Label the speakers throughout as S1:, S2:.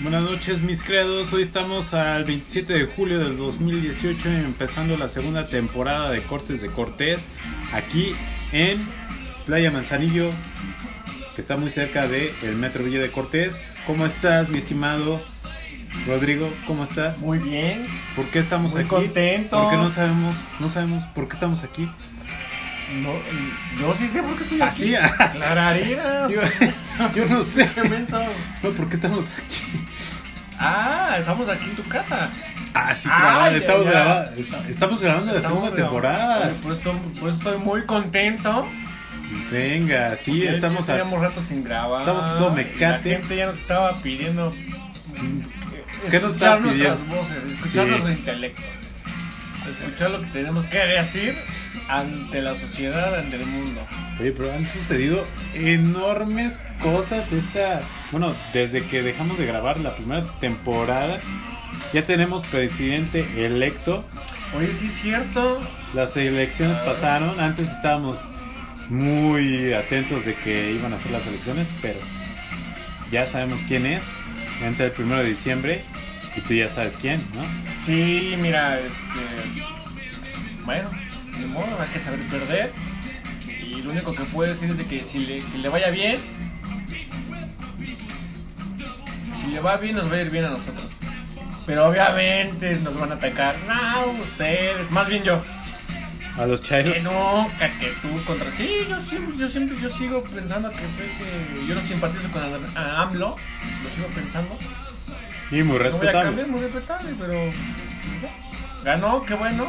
S1: Buenas noches, mis credos. Hoy estamos al 27 de julio del 2018, empezando la segunda temporada de Cortes de Cortés, aquí en Playa Manzanillo, que está muy cerca del el Metro Villa de Cortés. ¿Cómo estás, mi estimado Rodrigo? ¿Cómo estás?
S2: Muy bien,
S1: ¿Por qué estamos
S2: Muy
S1: aquí?
S2: contento.
S1: Porque no sabemos, no sabemos por qué estamos aquí.
S2: No, yo sí sé por qué estoy
S1: Así, ah.
S2: aquí. Clararira.
S1: yo, yo no sé.
S2: Qué menso.
S1: No, ¿por qué estamos aquí?
S2: Ah, estamos aquí en tu casa.
S1: Ah, sí,
S2: Ay,
S1: grabada,
S2: ya,
S1: estamos,
S2: ya.
S1: grabando, estamos grabando la
S2: Estamos
S1: segunda
S2: grabando.
S1: temporada.
S2: Por eso, por eso estoy muy contento.
S1: Venga, sí,
S2: Ya-
S1: estamos
S2: ya
S1: a-
S2: Teníamos rato sin grabar.
S1: estamos a todo mecate.
S2: La gente ya nos estaba pidiendo. eh,
S1: ¿Qué nos estaba
S2: escuchar nuestras
S1: pidiendo?
S2: voces, escuchar
S1: Sí.
S2: nuestro intelecto. Escuchar lo que tenemos que decir ante la sociedad, ante el mundo.
S1: Oye, pero han sucedido enormes cosas esta... Bueno, desde que dejamos de grabar la primera temporada, ya tenemos presidente electo.
S2: Oye, sí es cierto.
S1: Las elecciones pasaron, antes estábamos muy atentos de que iban a ser las elecciones, pero ya sabemos quién es. Entra el primero de diciembre y tú ya sabes quién, ¿no?
S2: Sí, mira, este. Bueno, ni modo, hay que saber perder. Y lo único que puedo decir es de que si le, que le vaya bien. Si le va bien, nos va a ir bien a nosotros. Pero obviamente nos van a atacar. No, ustedes, más bien yo.
S1: A los chairos.
S2: Que nunca que tú contra. Sí, yo siempre, yo siempre yo sigo pensando que, pues, que yo no simpatizo con a- AMLO. Lo sigo pensando.
S1: Y muy
S2: No voy a cambiar,
S1: respetable.
S2: muy respetable, pero. pues, ya. Ganó, qué bueno.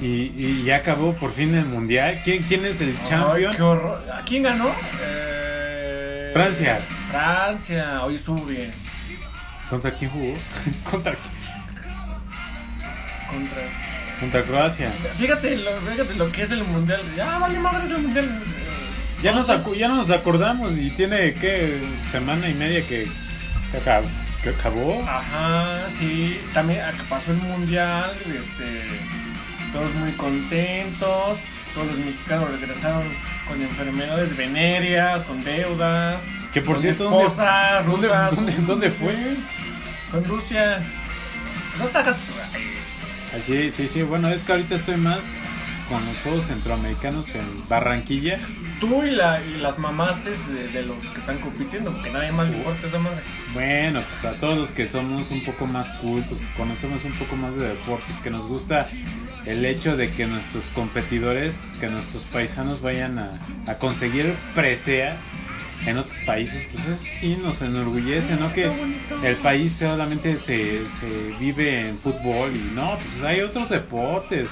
S1: Y, y ya acabó por fin el mundial. ¿Quién, quién es el
S2: Ay,
S1: champion?
S2: qué horror. ¿A quién ganó? Eh,
S1: Francia.
S2: Francia. Hoy estuvo bien.
S1: ¿Contra quién jugó? contra, qui-
S2: Contra.
S1: contra Croacia.
S2: Fíjate lo, fíjate lo que es el mundial. Ya vale madre es el mundial. Eh,
S1: Ya
S2: no
S1: nos,
S2: sé.
S1: acu- ya nos acordamos y tiene, ¿qué? Semana y media que, que, acab- que acabó.
S2: Ajá, sí. También ah, que pasó el mundial. Este, todos muy contentos. Todos los mexicanos regresaron con enfermedades venéreas, con deudas.
S1: Que por
S2: con
S1: cierto, ¿dónde-
S2: esposas
S1: ¿Dónde,
S2: rusas.
S1: dónde, dónde fue?
S2: Con Rusia. No te hagas. ay,
S1: Así, Ah, sí, sí. Bueno, es que ahorita estoy más con los Juegos Centroamericanos en Barranquilla.
S2: Tú y, la, y las mamases de, de los que están compitiendo, porque nadie más le importa esa madre.
S1: Bueno, pues a todos los que somos un poco más cultos, que conocemos un poco más de deportes, que nos gusta el hecho de que nuestros competidores, que nuestros paisanos vayan a, a conseguir preseas en otros países, pues eso sí nos enorgullece, ¿no? Que el país solamente se, se vive en fútbol y no, pues hay otros deportes.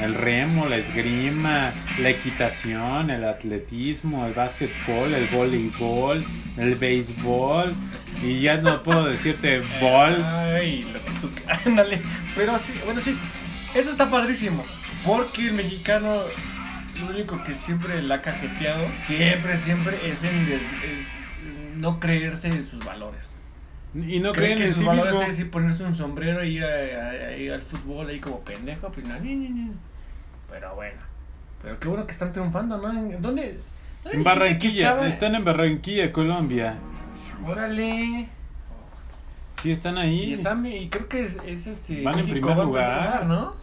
S1: El remo, la esgrima, la equitación, el atletismo, el básquetbol, el voleibol, el béisbol. Y ya no puedo decirte bol.
S2: Ay, lo que tú. Ándale. Pero sí, bueno, sí. Eso está padrísimo. Porque el mexicano, lo único que siempre la ha cajeteado, siempre, siempre, es en des- es no creerse de sus valores.
S1: Y no
S2: Creen
S1: creen
S2: que
S1: en
S2: sus
S1: sí
S2: valores
S1: mismo.
S2: es decir, ponerse un sombrero e ir, a- a- a ir al fútbol ahí como pendejo, pues no, ni, ni, ni. Pero bueno. Pero qué bueno que están triunfando, ¿no? ¿En- ¿Dónde? dónde dijiste que
S1: En Barranquilla,
S2: estaba?
S1: están en Barranquilla, Colombia.
S2: Órale.
S1: Sí, están
S2: Y
S1: ahí.
S2: están, y creo que es, es este.
S1: Van en
S2: México
S1: primer
S2: va
S1: lugar.
S2: ¿no?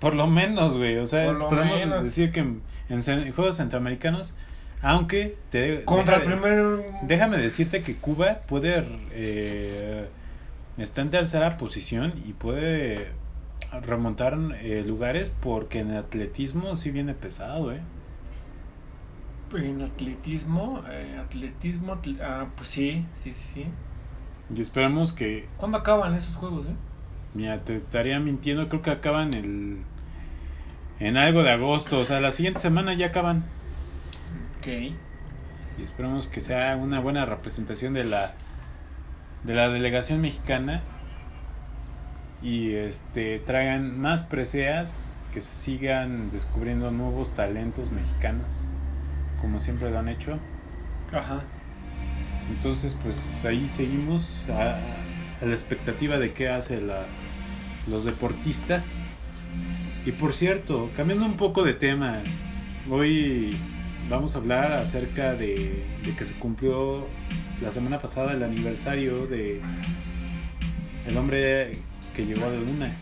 S1: Por lo menos, güey. O sea,
S2: Por lo
S1: podemos
S2: menos.
S1: decir que en, en cen- Juegos Centroamericanos, aunque te
S2: Contra el
S1: deja de-
S2: primer.
S1: Déjame decirte que Cuba puede. eh, está en tercera posición y puede remontar eh, lugares porque en atletismo sí viene pesado, ¿eh?
S2: En atletismo. eh, atletismo. atle- ah, pues sí, sí, sí, sí.
S1: Y esperamos que.
S2: ¿Cuándo acaban esos juegos, eh?
S1: Mira, te estaría mintiendo, creo que acaban el. En algo de agosto, o sea, la siguiente semana ya acaban.
S2: Ok.
S1: Y esperamos que sea una buena representación de la de la delegación mexicana y este traigan más preseas, que se sigan descubriendo nuevos talentos mexicanos, como siempre lo han hecho.
S2: Ajá.
S1: Entonces, pues ahí seguimos a, a la expectativa de qué hace la- los deportistas. Y por cierto, cambiando un poco de tema, hoy vamos a hablar acerca de, de que se cumplió la semana pasada el aniversario de el hombre que llegó a la luna.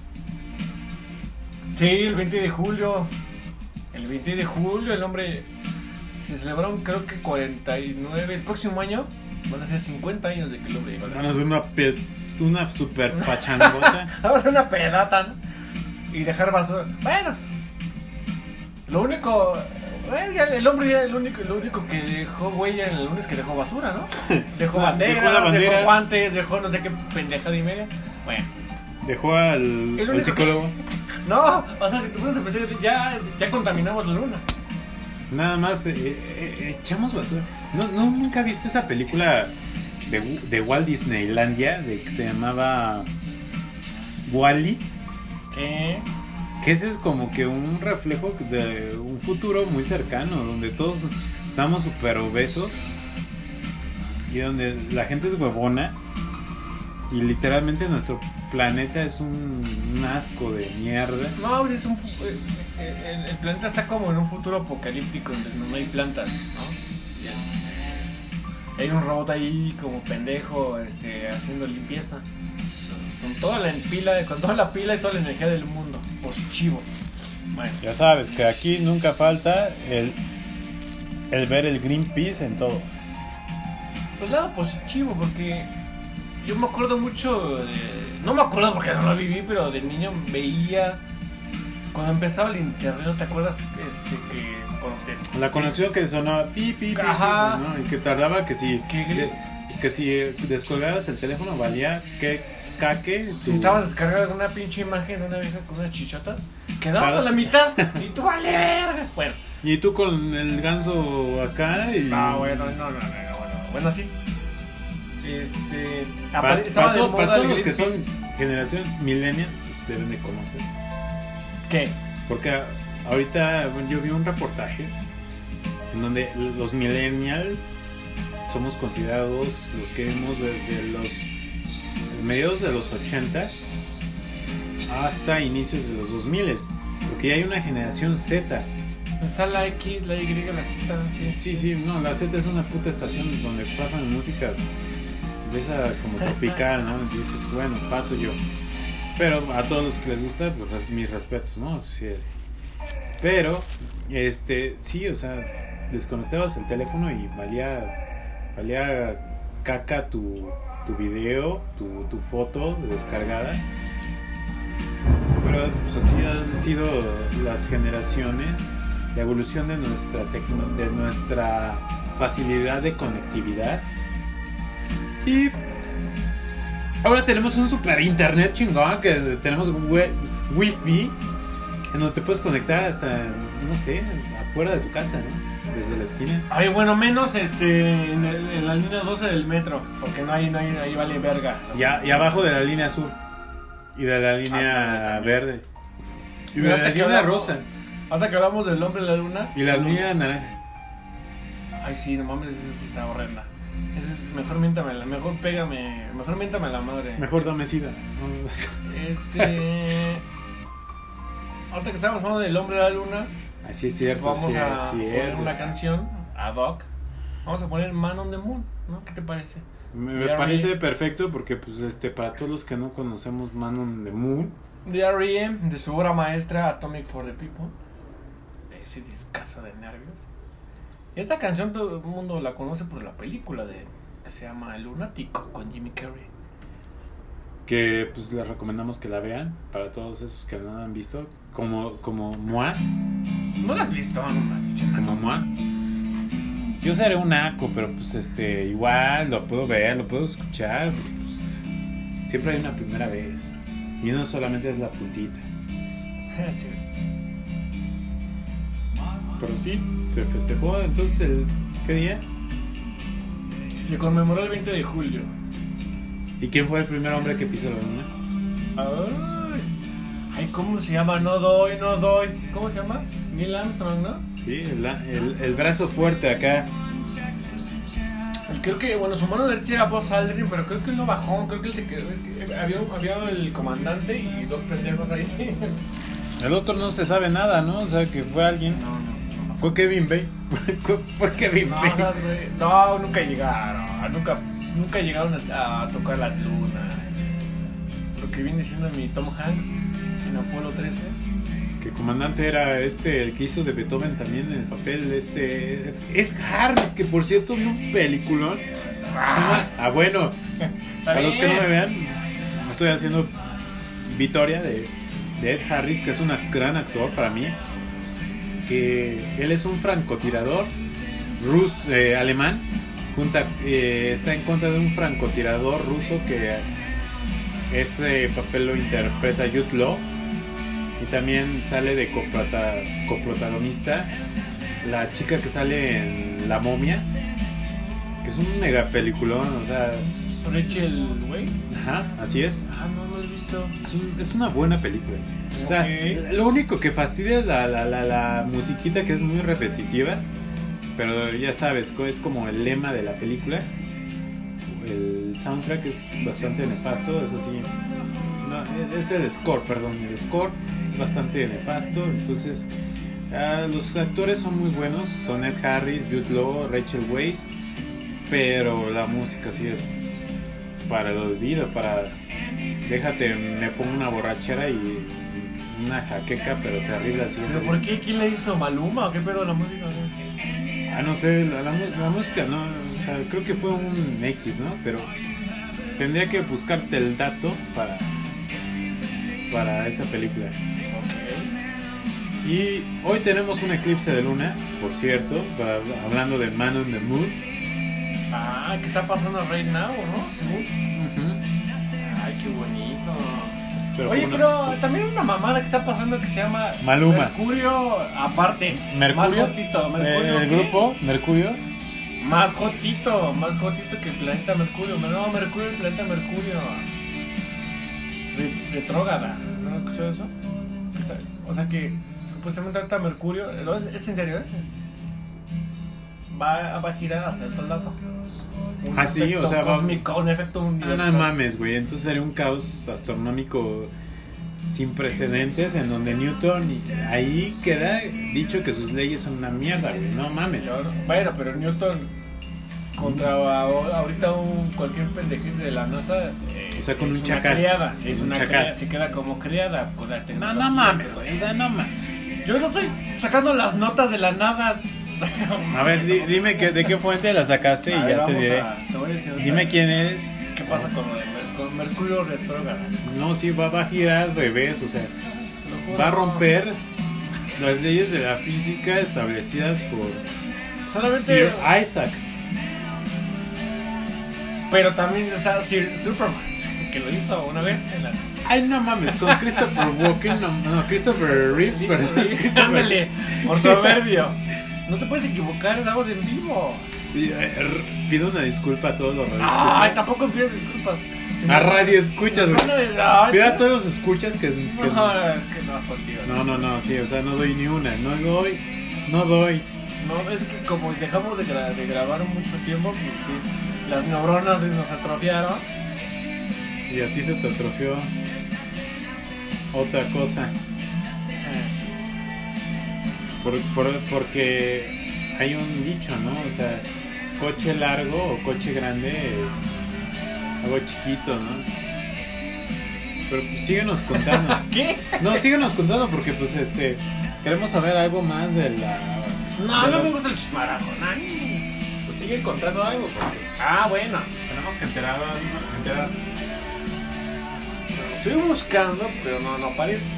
S2: Sí, el 20 de julio. El 20 de julio, el hombre. Se celebraron, creo que 49. El próximo año van a ser 50 años de que el hombre llegó a la
S1: Van a
S2: luna.
S1: hacer una pes- una super pachangota.
S2: Vamos a hacer una pedata, ¿no? Y dejar basura. Bueno. Lo único. bueno, ya el hombre ya lo único, lo único que dejó huella en el lunes es que dejó basura, ¿no? Dejó
S1: La-
S2: banderas,
S1: dejó la bandera.
S2: dejó guantes, dejó no sé qué pendejada y media. Bueno.
S1: Dejó al,
S2: El
S1: al
S2: único-
S1: psicólogo.
S2: No, o sea, si tú pones a pensar, ya, ya contaminamos la luna.
S1: Nada más eh, eh, eh, echamos basura. No, no, nunca viste esa película de, Wu- de Walt Disneylandia de que se llamaba Wally.
S2: Sí.
S1: Que ese es como que un reflejo de un futuro muy cercano, donde todos estamos súper obesos y donde la gente es huevona y literalmente nuestro planeta es un, un asco de mierda.
S2: No, pues es un. fu- eh, eh, El, el planeta está como en un futuro apocalíptico donde no hay plantas, ¿no? Y este, hay un robot ahí como pendejo este, haciendo limpieza. Con toda la pila, con toda la pila y toda la energía del mundo. Positivo. Bueno.
S1: Ya sabes que aquí nunca falta el, el ver el Greenpeace en todo.
S2: Pues lado positivo, porque yo me acuerdo mucho, de- no me acuerdo porque no lo viví, pero de niño veía cuando empezaba el internet, ¿no te acuerdas? Este, que cuando te-
S1: La conexión que sonaba pi, pi, pi, pi,
S2: Ajá.
S1: ¿no? y que tardaba que si,
S2: ¿Qué?
S1: que, que si eh, descolgabas el teléfono valía que caque.
S2: Si
S1: tu-
S2: estabas descargando alguna pinche imagen de una vieja con una chichota, quedabas
S1: Para-
S2: a la mitad y tú vale verga. Bueno,
S1: Y tú con el ganso acá y...
S2: no, Ah, bueno, no, no, no, no, bueno, bueno, sí. Este,
S1: Para,
S2: apare- estaba
S1: para
S2: de
S1: todo-
S2: moda
S1: para todos
S2: el
S1: los que son
S2: Greenpeace.
S1: generación millennial, pues, deben de conocer.
S2: ¿Qué?
S1: Porque a- ahorita bueno, yo vi un reportaje en donde los millennials somos considerados los que vimos desde los mediados de los 80 hasta inicios de los 2000. Porque ya hay una generación Z.
S2: Está la X, la Y, la Z, sí.
S1: Sí, sí, no, la Z es una puta estación donde pasan música de esa como tropical, ¿no? Y dices, bueno, paso yo. Pero a todos los que les gusta, pues res- mis respetos, ¿no? Sí. Pero, este, sí, o sea, desconectabas el teléfono y valía, valía caca tu, tu video, tu, tu foto descargada. Pero pues así han sido las generaciones, la evolución de nuestra tecno- de nuestra facilidad de conectividad. Y ahora tenemos un super internet chingón que tenemos we- wifi en donde te puedes conectar hasta no sé, afuera de tu casa, ¿no? Desde la esquina.
S2: Ay, bueno, menos este en, el- en la línea 12 del metro, porque no hay, no hay, ahí vale verga.
S1: Y, a- y abajo de la línea azul y de la línea
S2: Ah, también.
S1: verde. Y de
S2: Fíjate
S1: la
S2: que
S1: línea
S2: hablamos-
S1: rosa
S2: Hasta que hablamos del hombre de la luna.
S1: y la línea naranja.
S2: Ay, sí, no mames, esa sí está horrenda. Esa es, mejor miéntame, la mejor pégame, mejor miéntame la madre.
S1: Mejor dame sida.
S2: Este. Ahorita que estamos hablando del hombre de la luna,
S1: Así es cierto,
S2: vamos
S1: sí,
S2: a
S1: es
S2: poner
S1: cierto.
S2: una canción ad hoc. Vamos a poner Man on the Moon, ¿no? ¿Qué te parece?
S1: Me,
S2: We
S1: me
S2: are
S1: parece
S2: ready.
S1: perfecto porque pues este para todos los que no conocemos Man on the Moon,
S2: De R.E.M., de su obra maestra Atomic for the People, de ese discazo de nervios. Y esta canción todo el mundo la conoce por la película de que se llama El Lunático con Jimmy Carrey.
S1: que pues les recomendamos que la vean para todos esos que no la han visto, como como moi,
S2: ¿No la has visto? No, manches, chamaco.
S1: como moi. Yo seré un naco, pero pues este igual lo puedo ver, lo puedo escuchar, pues, siempre hay una primera vez y no solamente es la puntita.
S2: Sí.
S1: Pero sí, se festejó entonces el qué día?
S2: Se conmemoró el 20 de julio.
S1: ¿Y quién fue el primer hombre que pisó la luna?
S2: Ay, Ay, ¿cómo se llama? No doy, no doy. ¿Cómo se llama? Neil Armstrong, ¿no?
S1: Sí, el, el- el brazo fuerte acá.
S2: Y creo que, bueno, su mano derecha era Buzz Aldrin, pero creo que él lo bajó, creo que él se quedó. es que había, había el comandante y dos pendejos ahí.
S1: El otro no se sabe nada, ¿no? O sea, que fue alguien.
S2: No, no, no.
S1: Fue Kevin Bay. fue Kevin
S2: No,
S1: Bacon.
S2: no, güey. No, nunca llegaron, nunca nunca llegaron a, a tocar la luna. Lo que viene siendo mi Tom Hanks en Apolo 13.
S1: Que comandante era este, el que hizo de Beethoven también en el papel, este, Ed Harris, que por cierto vi un peliculón. Se llama- Ah, bueno, para los que no me vean, estoy haciendo Victoria de, de Ed Harris, que es un gran actor para mí. Que él es un francotirador ruso, eh, alemán. junta- eh, está en contra de un francotirador ruso que ese papel lo interpreta Jude Law. Y también sale de coprota- coprotagonista la chica que sale en La momia. Que es un mega peliculón, o sea.
S2: Rachel, güey.
S1: Ajá, así es.
S2: Ah, no, no lo he visto.
S1: Es, un- es una buena película. O sea,
S2: Ok.
S1: lo único que fastidia es la, la, la, la musiquita que es muy repetitiva. Pero ya sabes, co- es como el lema de la película. El soundtrack es bastante nefasto, eso sí. No, e, es el score, perdón, el score es bastante nefasto. Entonces, ah, los actores son muy buenos: son Ed Harris, Jude Law, Rachel Weisz. Pero la música sí es para el olvido, para déjate, me pongo una borrachera y una jaqueca, pero terrible al siguiente
S2: ¿Pero por
S1: día.
S2: qué? ¿Quién la hizo? ¿Maluma o qué pedo la música? güey?
S1: Ah, no sé, la, la mu- la música, no, o sea, creo que fue un X, ¿no? Pero tendría que buscarte el dato para, para esa película.
S2: Ok.
S1: Y hoy tenemos un eclipse de luna, por cierto, para- hablando de Man on the Moon.
S2: Ah, ¿qué está pasando right now, no? Sí.
S1: Ujú.
S2: Ay, qué bonito.
S1: Pero
S2: Oye,
S1: fue una-
S2: pero también hay una mamada que está pasando que se llama
S1: Maluma.
S2: Mercurio aparte. Más
S1: Mercurio,
S2: jotito. Mercurio,
S1: eh, el
S2: ¿qué?
S1: grupo Mercurio,
S2: Más jotito, más jotito que el planeta Mercurio. No, Mercurio, el planeta Mercurio. Ret- retrógada. ¿No has escuchado eso? ¿Qué sabe? O sea que supuestamente ahorita Mercurio. ¿no? ¿Es en serio? eh? Va, va a girar hacia otro lado. Un
S1: Ah, sí, o
S2: efecto
S1: sea, va- Ah,
S2: cósmico, un efecto
S1: no,
S2: universal.
S1: no mames, güey, entonces sería un caos astronómico sin precedentes en donde Newton ahí queda dicho que sus leyes son una mierda, güey, no mames.
S2: Señor. Bueno, pero Newton contra a- ahorita un cualquier pendejito de la NASA. eh,
S1: O sea, con
S2: es
S1: un
S2: una
S1: chacal.
S2: criada, es
S1: Un
S2: una
S1: chacal.
S2: criada, se queda como criada con la
S1: No,
S2: tecnología.
S1: no mames, güey, o sea, no mames.
S2: Yo no estoy sacando las notas de la nada.
S1: A ver, di- dime que, de qué fuente la sacaste y
S2: A ver,
S1: ya te
S2: vamos
S1: diré.
S2: a- te voy a decir ahorita
S1: Dime quién eres.
S2: ¿Qué pasa con, lo de Mer- con Mercurio retrógrado?
S1: No, sí, va, va a girar al revés, o sea,
S2: Lo juro.
S1: va a romper las leyes de la física establecidas por
S2: Solamente.
S1: Sir Isaac.
S2: Pero también está Sir Superman, que lo hizo una vez en la.
S1: Ay, no mames, con Christopher Walken, no, no, Christopher Reeves, ¿verdad?
S2: Ándale, por soberbio. No te puedes equivocar, estamos en vivo.
S1: Pido- eh, r- Pido una disculpa a todos los
S2: Ay,
S1: radioescuchas.
S2: tampoco pides disculpas.
S1: A radio escuchas,
S2: Nos
S1: güey.
S2: van a des- Ay,
S1: Pido a todos los escuchas que, que-
S2: No, es que no, contigo. No.
S1: No, no, no, sí, o sea, no doy ni una, no doy, no doy.
S2: no, es que como dejamos de, gra- de grabar mucho tiempo, pues sí, las neuronas se nos atrofiaron.
S1: Y a ti se te atrofió otra cosa.
S2: Eh, sí.
S1: Por- por- porque hay un dicho, ¿no? O sea, coche largo o coche grande, eh, algo chiquito, ¿no? Pero pues síguenos contando.
S2: ¿Qué?
S1: No, síguenos contando porque pues este queremos saber algo más de la
S2: No,
S1: de
S2: no
S1: la-
S2: me gusta el chismarajo, no.
S1: Pues sigue contando algo porque
S2: Ah, bueno.
S1: tenemos que enterar, enterar.
S2: Estoy buscando, pero no, no aparece.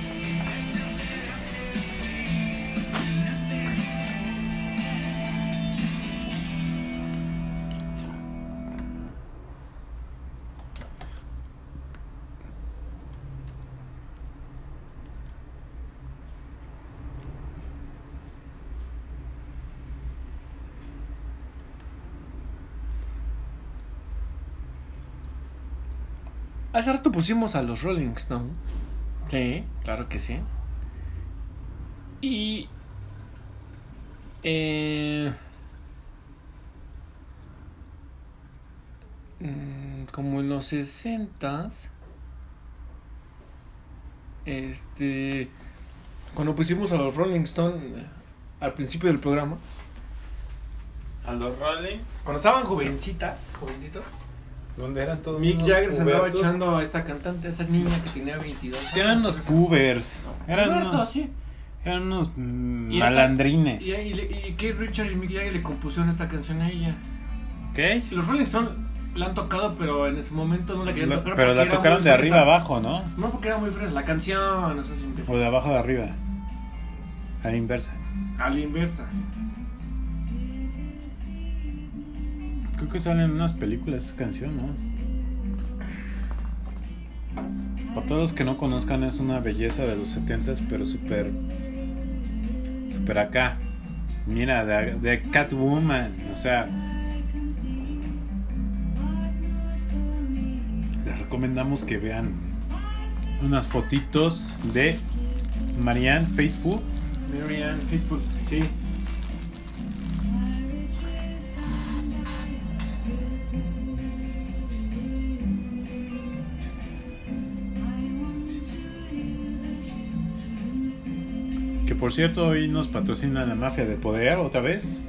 S2: Hace rato pusimos a los Rolling Stone. Sí, claro que sí. Y. Eh, mm, como en los 60 Este. Cuando pusimos a los Rolling Stone eh, al principio del programa.
S1: A los Rolling.
S2: Cuando estaban jovencitas, jovencitos,
S3: Donde eran todos
S2: Mick
S3: unos
S2: Jagger se andaba
S3: pubertos.
S2: echando a esta cantante, a esta niña que tenía 22 años.
S1: Eran unos cubers. Eran
S2: Roberto,
S1: unos,
S2: sí.
S1: eran unos mm,
S2: Y esta-
S1: malandrines.
S2: Y, y, y Keith Richard y Mick Jagger le compusieron esta canción a ella.
S1: ¿Ok?
S2: Los Rolling Stones la han tocado, pero en su momento no la querían
S1: Lo-
S2: tocar.
S1: pero
S2: porque
S1: la
S2: era
S1: tocaron
S2: muy
S1: de arriba
S2: fresa.
S1: abajo, ¿no?
S2: No, porque era muy fresa. La canción, no sé si empezó.
S1: O de abajo de arriba. A la inversa.
S2: A la inversa.
S1: Creo que salen en unas películas esa canción, ¿no? Para todos los que no conozcan, es una belleza de los 70s, pero súper. súper acá. Mira, de, de Catwoman, o sea. Les recomendamos que vean unas fotitos de Marianne Faithful.
S2: Marianne Faithful, sí.
S1: Que por cierto, hoy nos patrocina la mafia de poder otra vez.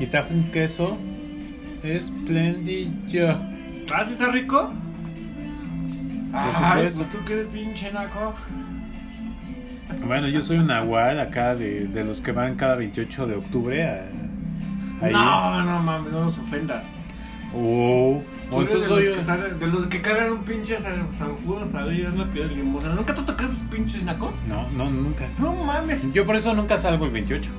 S1: Y trajo un queso espléndido.
S2: ¿Ah, sí está rico? Ay,
S1: supuesto.
S2: pues tú que eres pinche naco.
S1: Bueno, yo soy un nahual acá de, de los que van cada 28 de octubre a, ahí.
S2: No, no mames, no nos ofendas.
S1: Uf.
S2: Tú eres
S1: entonces
S2: de, los
S1: soy
S2: que están- de los que cargan un pinche san- zanjudo hasta ahí es la piedra limosna. ¿Nunca tú tocas esos pinches nacos?
S1: No, no, nunca.
S2: No mames.
S1: Yo por eso nunca salgo el 28.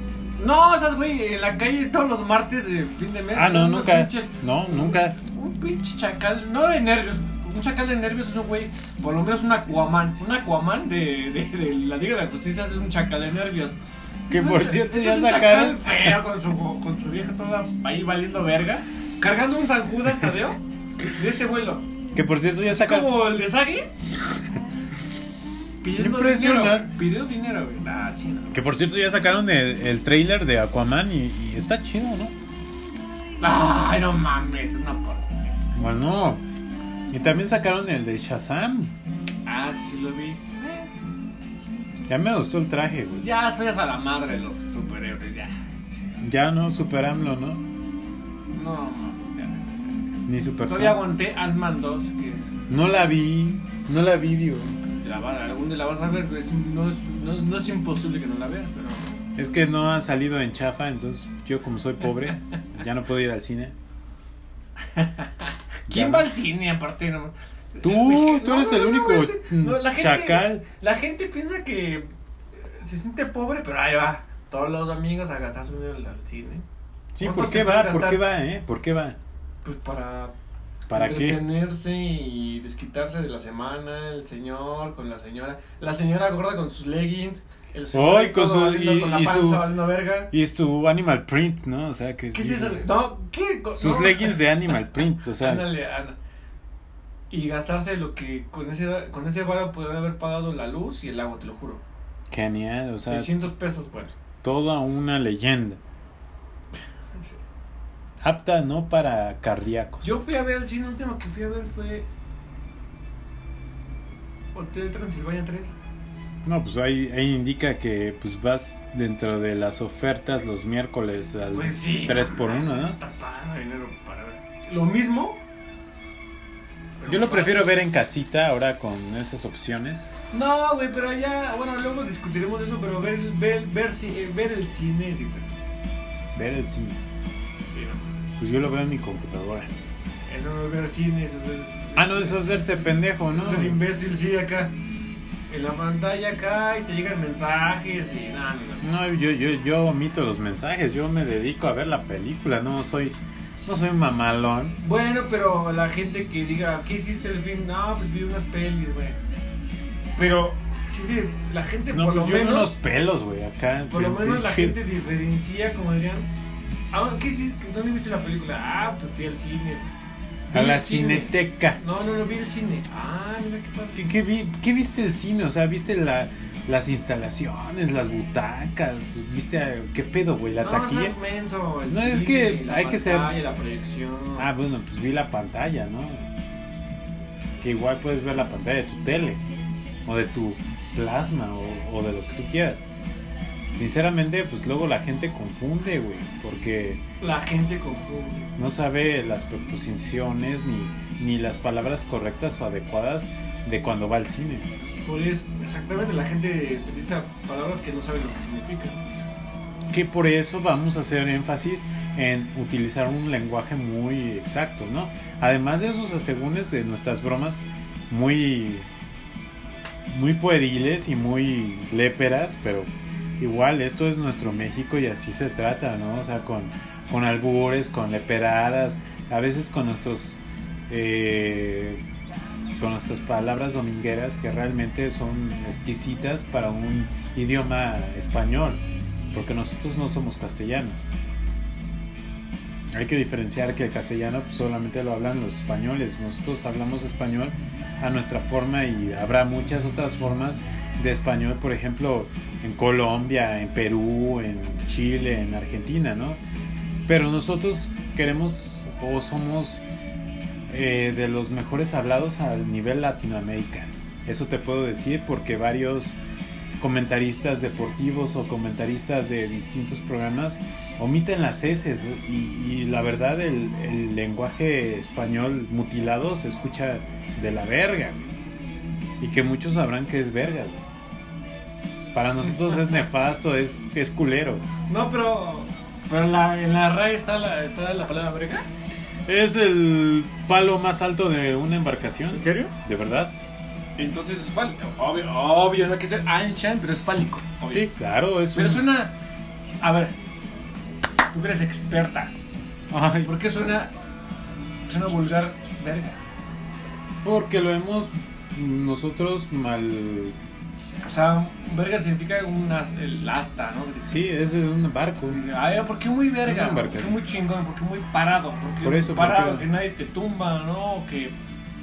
S2: No, esas güey, en la calle todos los martes de fin de mes.
S1: Ah, no,
S2: unos
S1: nunca.
S2: pinches-
S1: No, nunca.
S2: Un pinche chacal, no de nervios. Un chacal de nervios es un güey, por lo menos un Aquaman. Un Aquaman de, de- de la Liga de la Justicia es un chacal de nervios.
S1: Que por
S2: Es-
S1: cierto
S2: es
S1: ya
S2: un chacal
S1: sacaron.
S2: feo con su, con su vieja toda ahí valiendo verga. Cargando un San Judas Tadeo de este vuelo.
S1: Que por cierto ya
S2: Es
S1: sacaron.
S2: como el de Sagi. Pidiendo dinero.
S1: Impresionante.
S2: Pidió dinero, güey. Nah, chino.
S1: Que por cierto ya sacaron el, el trailer de Aquaman y, y está chido, ¿no?
S2: Ay, no mames, es una porra.
S1: Bueno, y también sacaron el de Shazam.
S2: Ah, sí lo vi. Eh,
S1: Ya me gustó el traje, güey.
S2: Ya soy hasta la madre de los superhéroes, ya.
S1: Ya no Super AMLO, ¿no?
S2: No, mames, ya.
S1: Ni Super
S2: Todavía
S1: Tom.
S2: aguanté Ant-Man 2, que
S1: No la vi, no la vi, digo.
S2: la va- algún día la vas a ver, pero es- no, es, no, no es imposible que no la veas, pero...
S1: Es que no ha salido en chafa, entonces yo como soy pobre, ya no puedo ir al cine.
S2: ¿Quién
S1: Ya
S2: va
S1: no.
S2: al cine aparte? No?
S1: Tú,
S2: Es que-
S1: tú eres el único
S2: es- la gente,
S1: chacal.
S2: La gente piensa que se siente pobre, pero ahí va. Todos los domingos a gastar su dinero al cine.
S1: Sí,
S2: ¿Cuánto
S1: ¿por
S2: se
S1: qué
S2: puede
S1: va? ¿Por
S2: gastar?
S1: qué va, eh? ¿Por qué va?
S2: Pues para
S1: ¿Para qué?
S2: entretenerse y desquitarse de la semana, el señor con la señora, la señora gorda con sus leggings, el
S1: Ay, con
S2: todo
S1: su-
S2: valiendo-
S1: y-
S2: con la
S1: y
S2: panza
S1: su-
S2: valiendo verga.
S1: Y es tu Animal Print, ¿no? O sea, que
S2: ¿Qué es eso? No, ¿qué? Co-
S1: Sus
S2: no.
S1: leggings de Animal Print, o sea,
S2: Ándale, anda. Y gastarse lo que con ese con ese varo podrían haber pagado la luz y el agua, te lo juro.
S1: genial, o sea,
S2: 600 pesos, bueno.
S1: toda una leyenda.
S2: Sí.
S1: Apta no para cardíacos.
S2: Yo fui a ver el cine, el último que fui a ver fue Hotel Transilvania 3.
S1: No, pues ahí, ahí indica que pues vas dentro de las ofertas los miércoles al
S2: Pues sí.
S1: 3 por 1 ¿no?
S2: Está padre, dinero para ver. Lo mismo. pero
S1: Yo lo
S2: para-
S1: prefiero ver en casita ahora con esas opciones.
S2: No, güey, pero ya. Bueno, luego discutiremos de eso, pero ver, ver, ver, ci- eh, ver el cine es diferente.
S1: Ver el cine.
S2: Sí, no.
S1: Pues yo lo veo en mi computadora.
S2: Eso no es ver cine, eso es.
S1: Ah, no, eso es hacerse pendejo, ¿no?
S2: Es el imbécil, sí, acá. En la pantalla acá y te llegan mensajes y nada, no, no.
S1: No, yo, yo, yo omito los mensajes, yo me dedico a ver la película, no soy, no soy un mamalón.
S2: Bueno, pero la gente que diga, ¿qué hiciste el fin? No, pues vi unas pelis, güey. Pero, sí, sí, la gente
S1: No,
S2: por lo
S1: pues yo veo
S2: menos.
S1: los pelos, güey, acá.
S2: Por lo
S1: el
S2: menos la
S1: pinche-
S2: gente diferencia, como dirían. Ah, ¿qué hiciste? ¿Dónde viste la película? Ah, pues fui al cine.
S1: A
S2: Vi
S1: la
S2: el cine.
S1: cineteca.
S2: No, no, no vi el cine. Ah, mira qué padre.
S1: ¿Qué, qué vi- qué viste el cine? O sea, ¿viste la- las instalaciones, las butacas? ¿Viste a- qué pedo, güey? ¿La
S2: no,
S1: taquilla?
S2: seas menso, el
S1: No, es
S2: cine,
S1: que
S2: la
S1: hay que ser-
S2: pantalla, La proyección.
S1: Ah, bueno, pues vi la pantalla, ¿no? Que igual puedes ver la pantalla de tu tele, o de tu plasma, o, o de lo que tú quieras. Sinceramente, pues luego la gente confunde, güey, porque
S2: La gente confunde.
S1: no sabe las preposiciones ni, ni las palabras correctas o adecuadas de cuando va al cine.
S2: Por eso, exactamente, la gente utiliza palabras que no sabe lo que significan.
S1: Que por eso vamos a hacer énfasis en utilizar un lenguaje muy exacto, ¿no? Además de esos asegúnes de nuestras bromas muy muy pueriles y muy léperas, pero igual esto es nuestro México y así se trata, ¿no? O sea, con, con albures, con leperadas, a veces con nuestros eh, con nuestras palabras domingueras que realmente son exquisitas para un idioma español, porque nosotros no somos castellanos. Hay que diferenciar que el castellano pues, solamente lo hablan los españoles, nosotros hablamos español a nuestra forma y habrá muchas otras formas de español, por ejemplo, en Colombia, en Perú, en Chile, en Argentina, ¿no? Pero nosotros queremos o somos eh, de los mejores hablados al nivel latinoamericano. Eso te puedo decir porque varios comentaristas deportivos o comentaristas de distintos programas omiten las heces y, y la verdad el, el lenguaje español mutilado se escucha de la verga güey. y que muchos sabrán que es verga. güey. Para nosotros es nefasto, es, es culero.
S2: No, pero. Pero la, en la RAE está la, está la palabra verga.
S1: Es el palo más alto de una embarcación,
S2: serio?
S1: de verdad.
S2: Entonces es fálico. Obvio, obvio, no hay que ser Einstein, pero es fálico. obvio.
S1: Sí, claro, es
S2: Pero
S1: un-
S2: suena. A ver. Tú que eres experta.
S1: Ay,
S2: ¿Por qué suena. Suena vulgar verga?
S1: porque lo hemos nosotros mal...
S2: O sea, verga significa un as- el asta, ¿no?
S1: Sí, es un barco.
S2: Ay, ¿por qué muy verga?
S1: No,
S2: ¿Por
S1: barca.
S2: qué muy chingón? ¿Por qué muy parado? ¿Por qué
S1: Por eso,
S2: parado?
S1: ¿por qué?
S2: Que nadie te tumba, ¿no? Que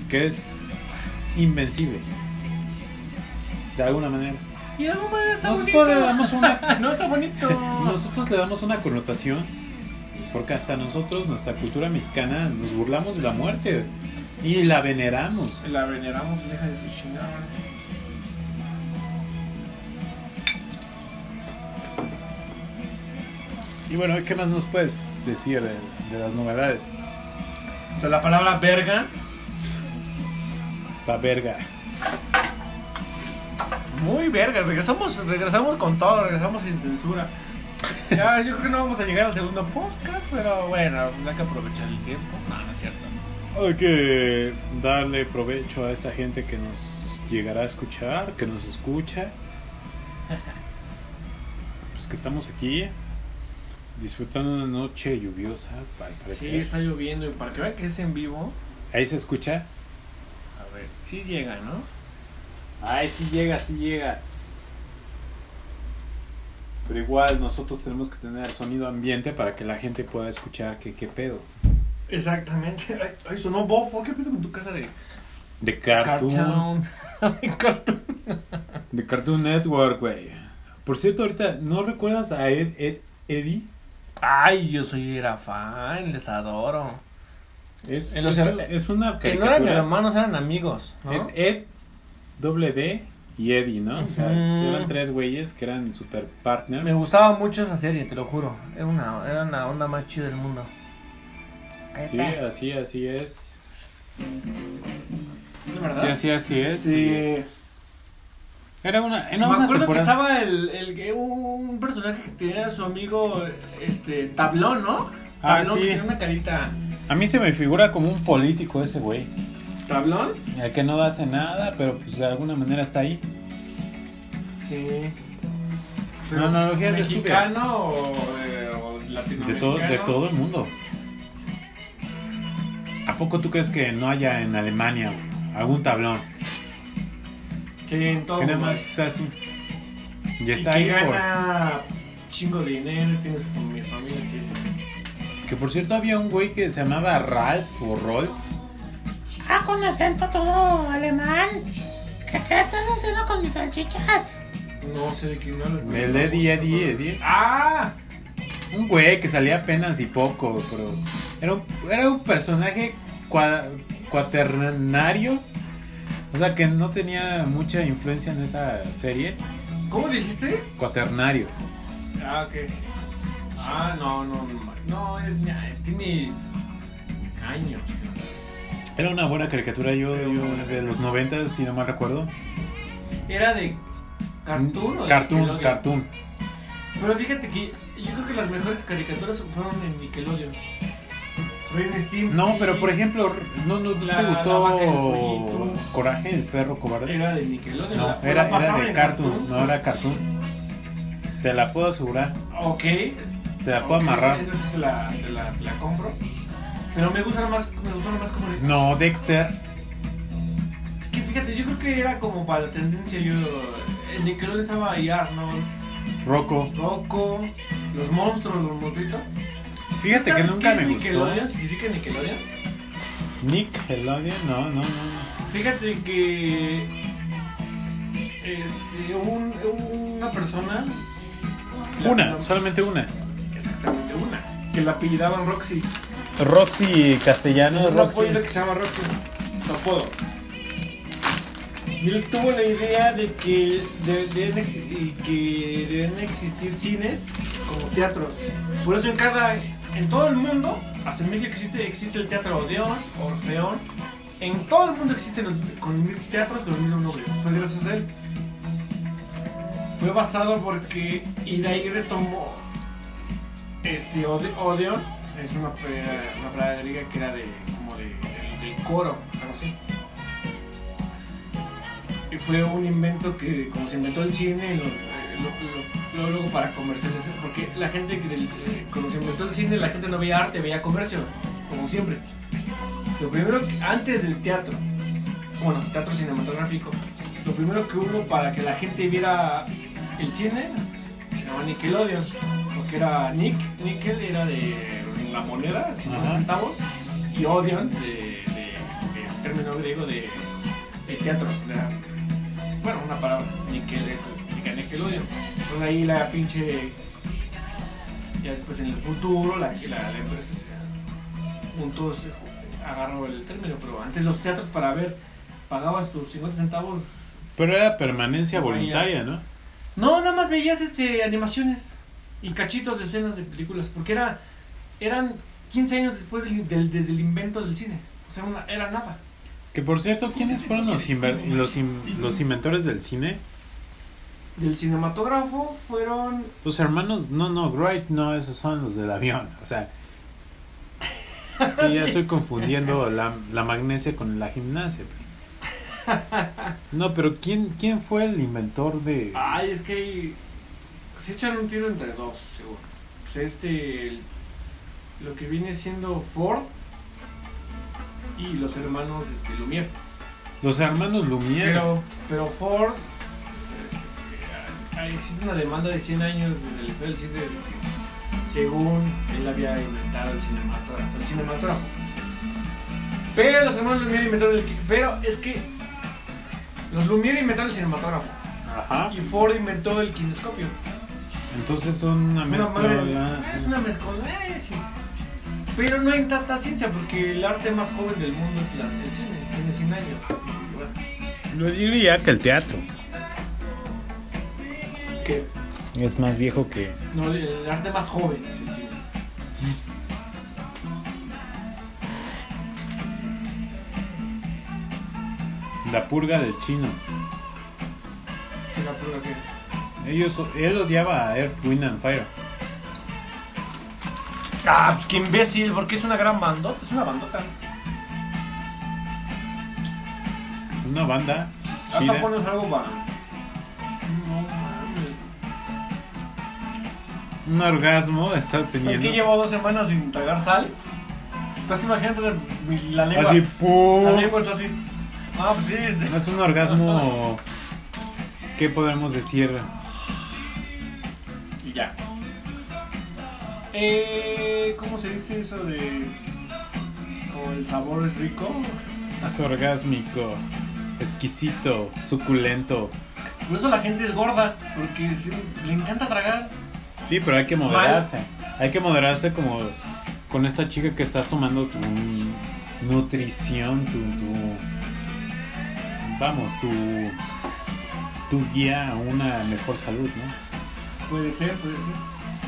S1: que es invencible. De alguna manera.
S2: Y de alguna manera está
S1: Nosotros
S2: bonito.
S1: le damos una-
S2: no está bonito.
S1: Nosotros le damos una connotación porque hasta nosotros, nuestra cultura mexicana, nos burlamos de la muerte y la veneramos.
S2: La veneramos, deja de sus chingadas.
S1: Y bueno, ¿qué más nos puedes decir de, de las novedades?
S2: O sea, la palabra verga,
S1: Esta verga.
S2: muy verga. Regresamos, regresamos con todo, regresamos sin censura. Ya, yo creo que no vamos a llegar al segundo podcast, pero bueno, hay que aprovechar el tiempo. No, no es cierto.
S1: Hay que darle provecho a esta gente que nos llegará a escuchar, que nos escucha. Pues que estamos aquí disfrutando una noche lluviosa, al parecer.
S2: Pues Sí, está lloviendo y para que vean que es en vivo,
S1: Ahí se escucha.
S2: a ver, sí llega, ¿no?
S1: Ay, sí llega, sí llega. Pero igual nosotros tenemos que tener sonido ambiente para que la gente pueda escuchar que qué pedo.
S2: Exactamente. Ay, Ay, sonó bofo. ¿Qué pedo con tu casa de
S1: De Cartoon,
S2: De cartoon.
S1: de Cartoon Network, güey. Por cierto, ahorita, ¿no recuerdas a Ed, Ed- Eddie?
S2: Ay, yo soy era fan, les adoro.
S1: Es,
S2: En los
S1: es-
S2: her-
S1: es una
S2: Que eh, no eran
S1: caricatura.
S2: hermanos, eran amigos, ¿no?
S1: Es Ed, doble D y Eddie, ¿no? O sea,
S2: Ujú.
S1: eran tres güeyes que eran super
S2: Mm. Me
S1: partners.
S2: gustaba mucho esa serie, te lo juro. Era una, era una onda más chida del mundo.
S1: Sí, así, así es.
S2: ¿De
S1: Sí, así, así es.
S2: Sí.
S1: Era una. era
S2: No,
S1: una
S2: me acuerdo que
S1: temporada-
S2: estaba el, el- un personaje que tenía a su amigo este Tablón, ¿no?
S1: Ah,
S2: Tablón
S1: sí.
S2: que tenía una carita.
S1: A mí se me figura como un político ese güey.
S2: ¿Tablón?
S1: El que no hace nada, pero pues de alguna manera está ahí.
S2: Sí.
S1: No, no, lo que es de
S2: mexicano o, eh, o latinoamericano.
S1: De todo, de todo el mundo. ¿A poco tú crees que no haya en Alemania algún tablón?
S2: Sí, en todo.
S1: Que nada
S2: mundo.
S1: más está así. Y está
S2: que
S1: ahí por.
S2: gana chingo de dinero, tienes como mi familia, sí. sí.
S1: Que por cierto había un güey que se llamaba Ralph o Rolf.
S3: Ah, con acento todo alemán. ¿Qué, qué estás haciendo con mis salchichas?
S2: No sé de quién hablo.
S1: El Eddie, Eddie, Eddie.
S2: ¡Ah!
S1: Un güey que salía apenas y poco, pero era un, era un personaje cua- cuaternario. O sea que no tenía mucha influencia en esa serie.
S2: ¿Cómo dijiste?
S1: Cuaternario.
S2: Ah, ok. Ah, no, no, no. No, es, ya, tiene años.
S1: Era una buena caricatura, yo, yo de los 90, si no mal recuerdo.
S2: Era de Cartoon. o de
S1: Cartoon,
S2: Nickelodeon?
S1: Cartoon.
S2: Pero fíjate que yo creo que las mejores caricaturas fueron en Nickelodeon. Ren Stimpy.
S1: No, pero por ejemplo, ¿no, no
S2: La- la vaca
S1: te
S2: y el
S1: gustó
S2: pollito.
S1: Coraje, el perro cobarde?
S2: Era de Nickelodeon.
S1: No,
S2: la- la
S1: era, era
S2: pasaban
S1: de
S2: en
S1: Cartoon, no era Cartoon. Te la puedo asegurar,
S2: Ok.
S1: te la puedo
S2: Ok,
S1: amarrar.
S2: Esa, esa sí te la, te la, te la compro. Pero me gusta más, me gusta más como...
S1: No, Dexter.
S2: Es que fíjate, yo creo que era como para la tendencia. Yo. En Nickelodeon estaba ahí Arnold,
S1: Rocco.
S2: Rocco, los monstruos, los monstruitos.
S1: Fíjate que
S2: ¿Sabes
S1: nunca
S2: qué
S1: me
S2: es
S1: gustó.
S2: Nickelodeon? ¿Significa Nickelodeon?
S1: Nickelodeon, no, no, no.
S2: Fíjate que este, un- una persona. la-
S1: Una,
S2: la-
S1: solamente una.
S2: exactamente, una. Que la apellidaban Roxy.
S1: Roxy Castellano,
S2: Un
S1: Roxy.
S2: apodo que se llama Roxy. Su apodo. Y él tuvo la idea de que de- deben, ex- y que deben existir cines como teatros. Por eso en cada. En todo el mundo, hasta en México existe, existe el teatro Odeón, Orfeón. En todo el mundo existen los- con mil teatros con el mismo nombre. Fue gracias a él. Fue basado porque. Y de ahí retomó. Este Ode- Odeón es una, pe- una palabra griega que era de como de, del- del coro, algo así. Y fue un invento que, como se inventó el cine, lo- eh, lo- lo- lo- luego para comercializar, porque la gente, que del- eh, como se inventó el cine, la gente no veía arte, veía comercio, como siempre. Lo primero, que- antes del teatro, bueno, teatro cinematográfico, lo primero que hubo para que la gente viera el cine se llamaba Nickelodeon, porque era Nick, Nickel era de la moneda, 50
S1: Ajá.
S2: centavos, y Odeon, de, de, del término griego de, de teatro, de la- bueno, una palabra, Nickel, Nickel- Nickelodeon. Entonces ahí la pinche, ya después en el futuro, la, la, la empresa se- juntos eh, agarró el término, pero antes los teatros para ver pagabas tus 50 centavos
S1: Pero era
S2: Oh,
S1: permanencia voluntaria, ¿no?
S2: no, nada más veías este animaciones y cachitos de escenas de películas, porque era eran 15 años después del, del- desde el invento del cine. O sea, una- era nada.
S1: Que por cierto, ¿quiénes fueron los, inver- los, in- los inventores del cine?
S2: Del cinematógrafo fueron
S1: Los hermanos, no, no, Wright, no, esos son los del avión. O sea, sí, ya estoy confundiendo la, la magnesia con la gimnasia. No, pero ¿quién, quién fue el inventor de...?
S2: Ay, es que se echan un tiro entre dos, seguro. Pues este el- lo que viene siendo Ford y los hermanos este, Lumière.
S1: Los hermanos Lumière.
S2: Pero, pero Ford, eh, eh, existe una demanda de 100 años del del cine, de que según él había inventado el cinematógrafo, el cinematógrafo. Pero los hermanos Lumière inventaron el... que- Pero es que los Lumière inventaron el cinematógrafo
S1: Ajá.
S2: y Ford inventó el kinescopio.
S1: Entonces son
S2: Una
S1: una mezcla...
S2: madre-
S1: la-
S2: Es una mezcola, eh, sí, sí. Pero no hay tanta ciencia porque el arte más joven del mundo es la- el cine, tiene 100 años. Y bueno,
S1: Lo diría que el teatro
S2: que
S1: es más viejo que...
S2: No, el arte más joven es el cine.
S1: La purga del chino.
S2: La prueba que.
S1: Ellos, él odiaba a Earth, Wind and Fire.
S2: Ah, pues qué imbécil, porque es una gran bandota. Es una bandota.
S1: Una banda
S2: Hasta
S1: chida.
S2: pones algo para. No mames.
S1: Un orgasmo está
S2: Es que
S1: teniendo.
S2: llevo dos semanas sin tragar sal. Estás imaginando la lengua.
S1: Así,
S2: La
S1: ¡pum!
S2: lengua está así. Ah, pues sí, este.
S1: No es un orgasmo. ¿Qué podremos decir?
S2: Y ya. Eh, ¿Cómo se dice eso de. como el sabor es rico?
S1: Es orgásmico, exquisito, suculento.
S2: Por eso la gente es gorda, porque sí, le encanta tragar.
S1: Sí, pero hay que moderarse. Hay que moderarse como con esta chica que estás tomando tu nutrición, tu. tu- vamos, tu. tu guía a una mejor salud, ¿no?
S2: Puede ser, puede ser.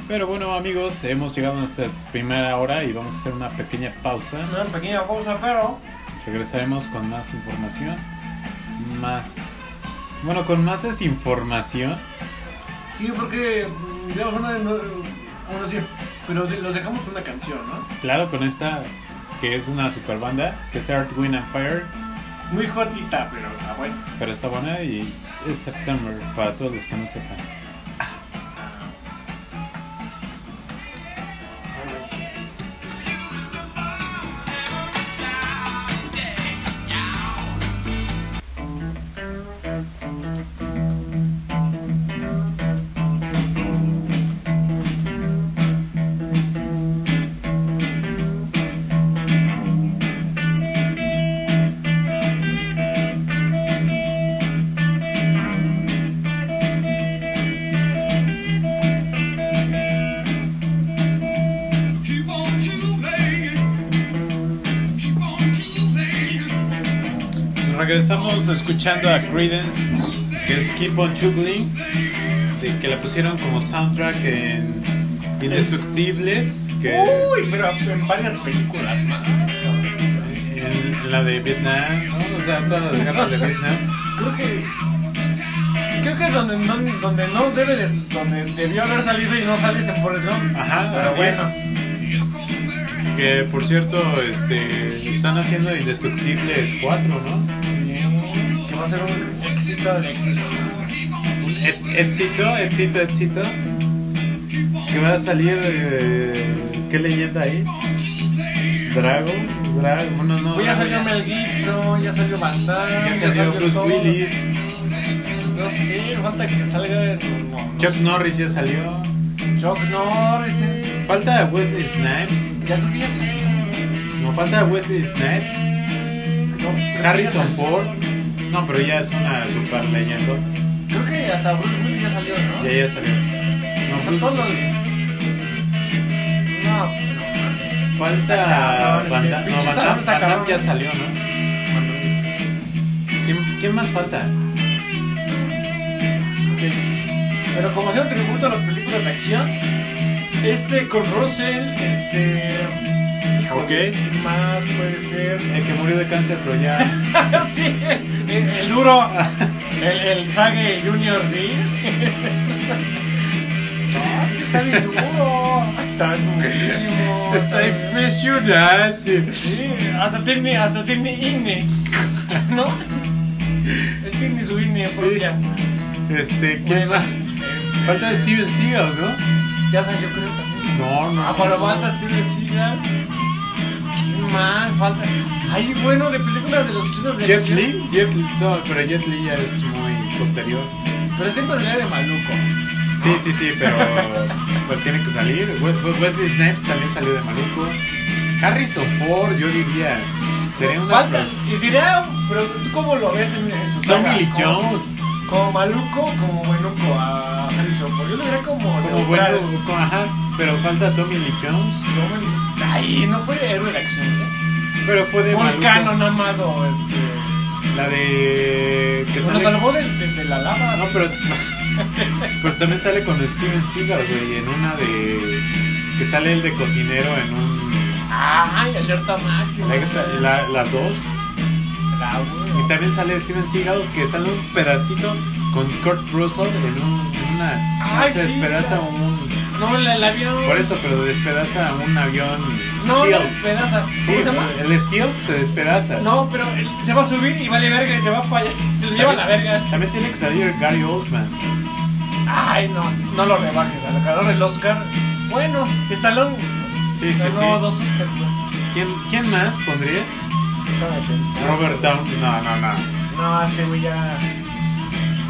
S1: Pero bueno, amigos, hemos llegado a nuestra primera hora y vamos a hacer una pequeña pausa.
S2: Una pequeña pausa, pero
S1: Regresaremos con más información. Más. Bueno, con más desinformación.
S2: sí, porque mm, digamos una de. no- Bueno, sí, pero de- los dejamos con una canción, ¿no?
S1: Claro, con esta que es una super banda, que es Earth, Wind and Fire.
S2: Muy jotita, pero está bueno.
S1: Pero está buena y es September para todos los que no sepan.
S4: Keep on tuning. Keep on tuning.
S1: Pues Regresamos escuchando a Credence, que es Keep on Chuggling, de que la pusieron como soundtrack en Indestructibles, que
S2: Uy, pero en varias películas más, cabrón.
S1: en la de Vietnam, ¿no? o sea, todas las guerras de Vietnam.
S2: Creo que. Creo que donde no, donde no debe de, donde debió haber salido y no sale es en Forrest Gump.
S1: Ajá,
S2: pero
S1: así
S2: bueno.
S1: Que por cierto, este, están haciendo Indestructibles 4, ¿no?
S2: Que va a ser un éxito de éxito.
S1: Un et- éxito, éxito, éxito. Que va a salir, eh, ¿qué leyenda ahí? Drago, Drago, bueno, no.
S2: Pues ya
S1: Drago
S2: salió Mel Gibson, ya salió Van Damme,
S1: Ya salió Bruce
S2: todo.
S1: Willis,
S2: No sé, falta que salga el- no, no.
S1: Chuck Norris ya salió.
S2: Chuck Norris. eh.
S1: Falta Wesley Snipes.
S2: Ya creo que ya salió.
S1: No falta Wesley Snipes.
S2: No, creo que ya
S1: Harrison
S2: salió.
S1: Ford. No, pero ya es una super leyenda.
S2: Creo que hasta Bruce Willis ya salió, ¿no?
S1: Ya ya salió. No,
S2: O sea,
S1: Bruce
S2: todos los-
S1: Willis.
S2: No, pues no mames.
S1: falta
S2: Está cabrón,
S1: Van
S2: este,
S1: Damme. No,
S2: pinche
S1: Van
S2: Stallone
S1: Damme-
S2: está
S1: Van Damme
S2: cabrón.
S1: ya salió, ¿no? ¿Quién, quién más falta?
S2: Pero como sea un tributo a las películas de acción, este con Russell, este. híjole,
S1: Ok.
S2: ¿quién Más puede ser.
S1: El que murió de cáncer, pero ya.
S2: sí, el, el duro. El, el Sage Junior, sí. No, es que está bien duro.
S1: Está
S2: Durísimo.
S1: Está impresionante.
S2: Sí, hasta tiene, hasta tiene INE. ¿No? Él tiene su INE propia.
S1: Este, ¿quién
S2: Bueno,
S1: más?
S2: este,
S1: Falta Steven Seagal, ¿no?
S2: Ya salió, creo también.
S1: No, no.
S2: Ah, pero
S1: no.
S2: falta Steven Seagal. ¿Quién más? Falta. Ay, bueno, de películas de los 80 de
S1: Jet
S2: acción.
S1: Li, Jet Li- no, pero Jet Li ya es muy posterior.
S2: Pero siempre salía de Maluco.
S1: Sí, sí, sí, pero, pero tiene que salir. We- We- Wesley Snipes también salió de Maluco. Harrison Ford, yo diría. Sería una.
S2: Falta. Y sería. Pero tú cómo lo ves en, en su saga?
S1: Tommy Lee
S2: ¿Como-
S1: Jones.
S2: Como Maluco, como Buenuco a Harrison Ford. Yo lo vería como.
S1: Como
S2: neutral.
S1: bueno, como- ajá. Pero falta Tommy Lee Jones.
S2: Como- Ay, no fue héroe de acción. ¿eh?
S1: Pero fue de
S2: Volcano,
S1: Maluco.
S2: nada más. O este.
S1: La de. Que
S2: Nos
S1: sale-
S2: salvó de, de- de la lava.
S1: No, pero. pero también sale con Steven Seagal, güey, en una de. Que sale el de cocinero en un.
S2: Ay, alerta máxima.
S1: la- la- las dos.
S2: Bravo.
S1: Y también sale Steven Seagal que sale un pedacito con Kurt Russell en, un- en una.
S2: Ay,
S1: se
S2: sí,
S1: despedaza
S2: ya.
S1: un.
S2: No, la- el avión.
S1: Por eso, pero despedaza un avión.
S2: No,
S1: Steel.
S2: no, pedaza. ¿Cómo
S1: Sí,
S2: se llama?
S1: el Steel se despedaza.
S2: No, pero él se va a subir y vale verga y se va para allá. Se lo lleva a la verga. así.
S1: También tiene que salir Gary Oldman.
S2: Ay, no, no lo rebajes. A lo calor del Oscar. Bueno, Estalón.
S1: Sí, sí,
S2: ganó
S1: sí.
S2: dos Oscars. ¿no?
S1: ¿Quién, quién más pondrías?
S2: Déjame pensar.
S1: Robert Downey. No, no, no.
S2: No, ese güey ya.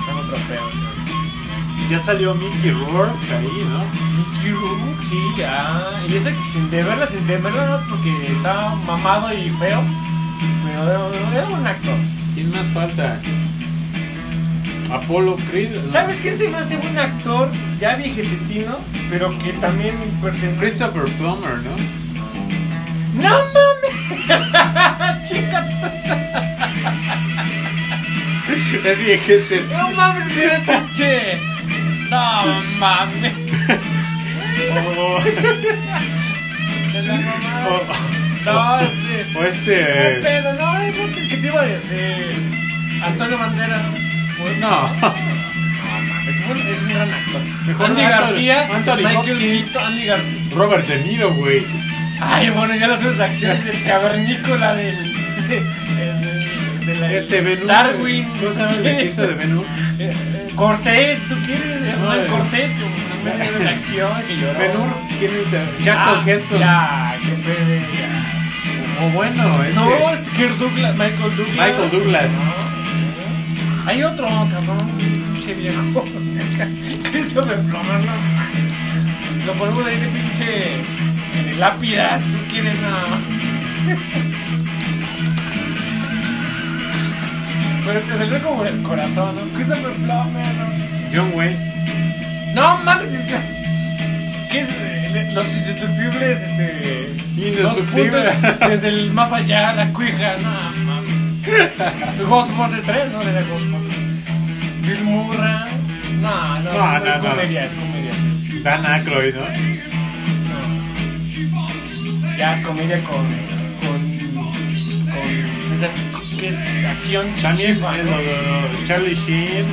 S2: Está en otro pedo. sí.
S1: Ya salió Mickey Rourke ahí, ¿no?
S2: Mickey Rourke, Sí, ya. Y ese que sin de verla, sin de verla, no, porque estaba mamado y feo. Pero era un actor.
S1: ¿Quién más falta? Apollo Creed. ¿no?
S2: ¿Sabes quién se me hace un actor ya viejecetino, pero que también pertenece?
S1: Christopher Plummer, ¿no?
S2: ¡No mames! ¡Chica!
S1: Es viejece.
S2: ¡No mames! ¡Era pinche! No mames.
S1: O, o-
S2: No, este.
S1: o este.
S2: ¿Qué
S1: eh,
S2: pedo? No, es lo que, que te iba a decir. Antonio Banderas. Bueno,
S1: No.
S2: es, un, es un gran actor.
S1: Mejor
S2: Andy
S1: Anthony-
S2: García,
S1: Anthony
S2: Michael
S1: Hopkins.
S2: Keaton, Andy García.
S1: Robert De Niro, güey.
S2: Ay, bueno, ya las sus acciones del cavernícola del. De, de- de la-
S1: Este Ben Hur,
S2: Darwin.
S1: güey. ¿Tú sabes de qué hizo de Ben Hur?
S2: Eh, eh, Cortés, ¿tú quieres? Hernán
S1: eh.
S2: Cortés, que una mujer de acción, que lloró.
S1: Ben Hur, ¿quién lo inter- Jack
S2: Ah,
S1: Heston.
S2: Ya, qué pedo. ya.
S1: O bueno, este.
S2: No, es Kirk Douglas, Michael Douglas.
S1: Michael Douglas.
S2: No. Hay otro, cabrón. Pinche viejo. Christopher Plummer, no mames. Lo ponemos ahí de pinche. de lápidas, tú quieres nada más. Pero te salió como el corazón, ¿no? Christopher Plummer, ¿no?
S1: John Wayne.
S2: No mames, es que. ¿Qué es? eh, Los indestructibles, este. Los puntos
S1: Indestructible.
S2: desde el más allá, la cuija, no mames. Ghostbusters 3, no era Ghostbusters. Bill Murray, no, no,
S1: No,
S2: no, es
S1: no, no.
S2: comedia, es comedia, sí.
S1: Dan Aykroyd, ¿no?
S2: No. Ya es comedia con. con. con. ciencia ficción, que es acción
S1: También
S2: chifa,
S1: eh,
S2: ¿no?
S1: no, no, no, Charlie Sheen.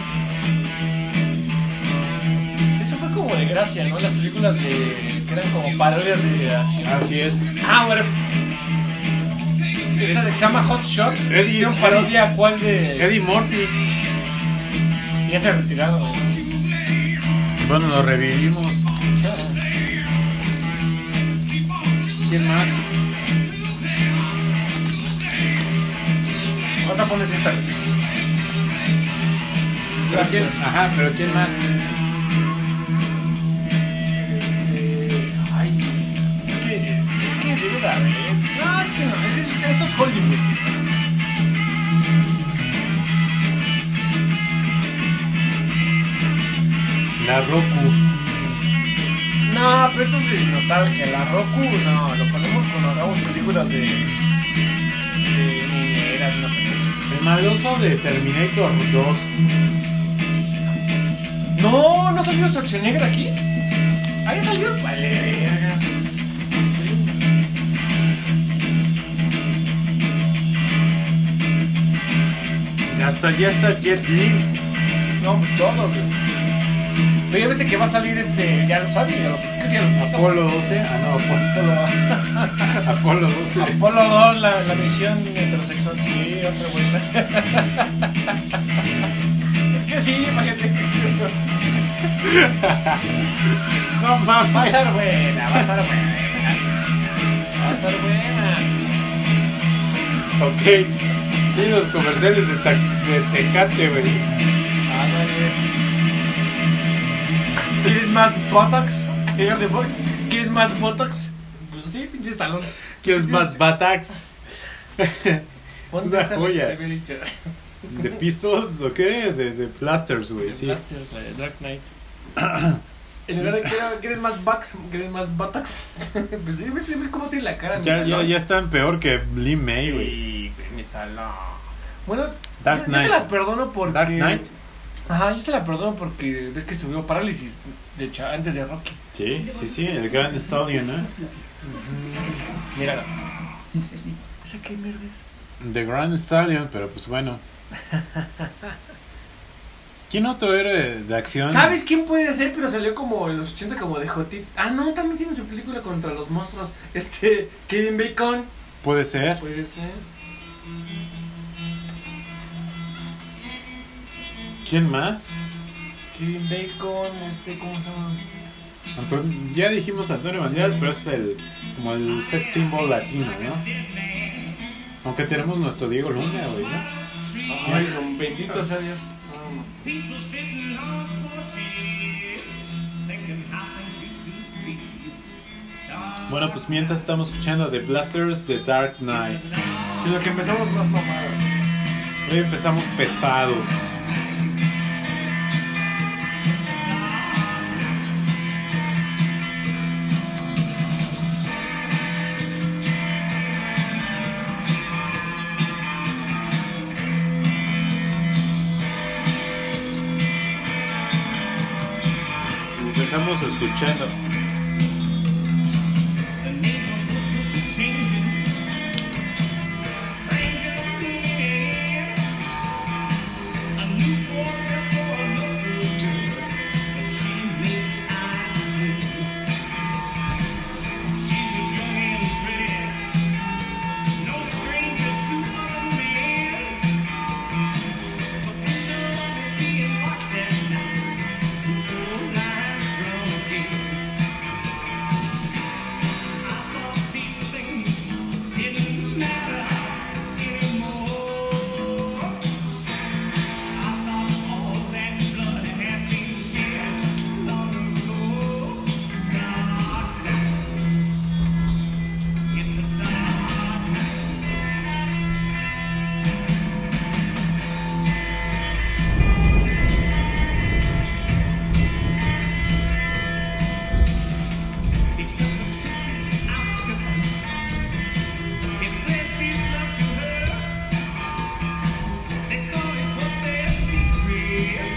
S2: Eso fue como de gracia, ¿no? Las películas de. que eran como parodias de acción.
S1: Así es.
S2: Ah, bueno. Esta de que se llama Hot Shot.
S1: Eddie-
S2: Hicieron parodia a cuál de.
S1: Eddie Murphy.
S2: Ya se ha retirado. ¿no?
S1: Bueno, lo revivimos. ¿Quién más?
S2: ¿Cuánta pones esta?
S1: Pero quién- Ajá, pero ¿quién más?
S2: Ay, es que, es que ¿eh? debe de haber. No, es que no, es, es- esto es Hollywood.
S1: La Roku.
S2: No, pero esto es de nostalgia. La Roku, no, lo ponemos cuando hagamos películas de. de niñeras, no.
S1: El maloso de Terminator 2.
S2: No, no salió Schwarzenegger aquí. Ahí salió. Vale, verga.
S1: Hasta ya está Jet Li.
S2: No, pues todo, güey. Pero ya viste que va a salir este. Ya lo saben, ya lo. creo que ya lo-
S1: Apolo 12. Ah, no, Apolo,
S2: Apolo.
S1: Apolo 12.
S2: Apolo 2, la, la misión heterosexual, sí, otra vuelta. es que sí, imagínate.
S1: No
S2: Va a
S1: mames.
S2: estar buena, va a estar buena. Va a estar buena.
S1: Ok. Sí, los comerciales de, Ta- de Tecate, güey.
S2: Ándale. ¿Quieres más Botox? Señor de Fox, ¿Quieres más Botox? Pues sí, pinche talón.
S1: ¿Quieres más Batax? es una joya.
S2: Te había dicho.
S1: ¿De Pistols o qué? De, de Blasters, güey, sí.
S2: Blasters, la de Dark Knight. En lugar de quiero- quieres más bucks, quieres más buttocks. pues sí, ves, ve cómo tiene la cara. mi
S1: Ya, ya,
S2: salón.
S1: ya están peor que Lee May,
S2: Sí,
S1: güey.
S2: güey, mi salón. Bueno,
S1: Dark
S2: yo, yo se
S1: Knight.
S2: la perdono porque.
S1: Dark Knight.
S2: Ajá, yo se la perdono porque ves que subió parálisis de hecho, antes de Rocky.
S1: Sí, sí, sí, el ¿eh? gran estadio, ¿no?
S2: Mírala. ¿Esa qué mierda es?
S1: The Grand Stadium, pero pues bueno. ¿Quién otro héroe de acción?
S2: ¿Sabes quién puede ser? Pero salió como en los 80 como de Jotit. Ah, no, también tiene su película contra los monstruos. Este, Kevin Bacon.
S1: Puede ser.
S2: Puede ser.
S1: ¿Quién más?
S2: Kevin Bacon, este, ¿cómo se llama?
S1: Anton- ya dijimos Antonio Banderas, pero es el como el sex symbol latino, ¿no? Aunque tenemos nuestro Diego Luna, güey, ¿no?
S2: Ay, don bendito sea Dios. No,
S1: Bueno, pues mientras estamos escuchando The Blasters The Dark Knight.
S2: no. Si lo que empezamos más mamadas.
S1: Hoy empezamos pesados.
S5: los dejamos escuchando.
S4: Didn't matter anymore. They thought it was their secret.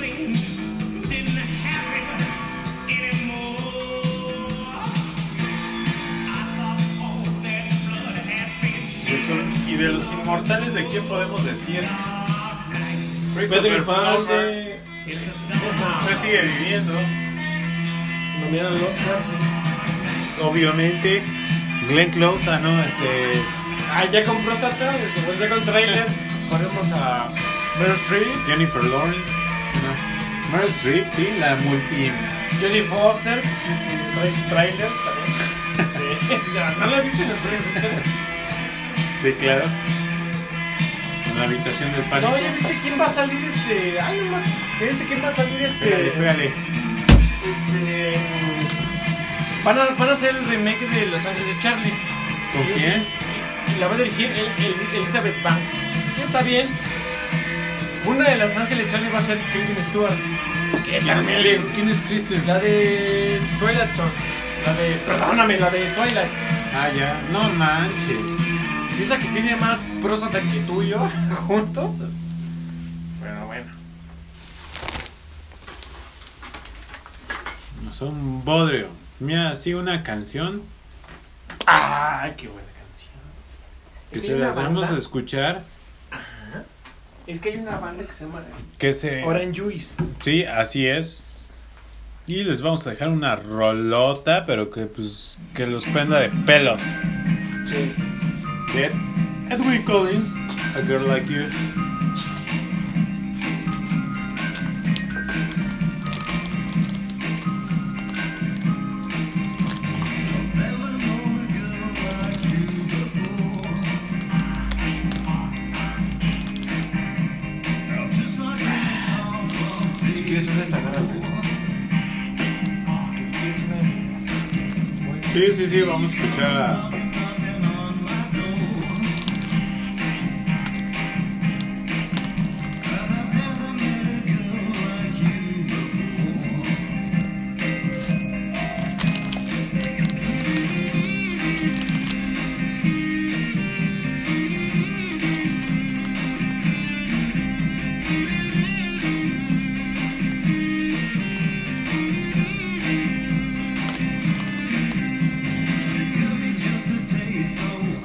S4: Didn't happen anymore.
S1: Eso. Y de los inmortales, ¿de quién podemos decir?
S5: Pedro
S1: Christopher Plummer.
S5: Infante,
S2: eh,
S1: Pues sigue viviendo.
S5: nominaron al Oscar. sí.
S1: Obviamente. Glenn Close, ah, no, este.
S2: Ah, ya con próstata, pues, ya con trailer. Ponemos a Meryl Streep,
S1: Jennifer Lawrence. No. Meryl Streep, sí, la multi.
S2: Johnny Foster, sí, sí, trae trailer también. Sí, ya, no la viste en los trailers ustedes?
S1: Sí, claro. En la habitación del pánico.
S2: No, ya viste quién va a salir este. Ay, no más. ¿Ya viste quién va a salir este?
S1: Pégale, pégale.
S2: Este. mm, Van a, van a hacer el remake de Los Ángeles de Charlie.
S1: ¿Con quién?
S2: Y la va a dirigir el, el- Elizabeth Banks. Ya está bien. Una de Los Ángeles de Charlie va a ser Kristen Stewart. Que
S1: ¿Quién es,
S2: también-
S1: Cri- ¿Quién es Kristen?
S2: La de Twilight Zone. La de. Perdóname, la de Twilight.
S1: Ah, ya. No manches.
S2: Si es la que tiene más próstata que tú y yo juntos. Bueno, bueno.
S1: No son un bodrio. Mira, sí, una canción
S2: ¡Ah! ¡Qué buena canción!
S1: que
S2: Sí,
S1: se
S2: una
S1: las vamos a
S2: banda.
S1: escuchar.
S2: Es que hay una banda que se llama
S1: Que se.
S2: Orange Juice.
S1: Sí, así es. Y les vamos a dejar una rolota, pero que pues que los prenda de pelos.
S2: Sí.
S1: De Edwin Collins, A Girl Like You.
S2: Si quieres usar esta cara, Que si quieres una.
S1: Sí, sí, sí, vamos a escuchar a.
S4: Just a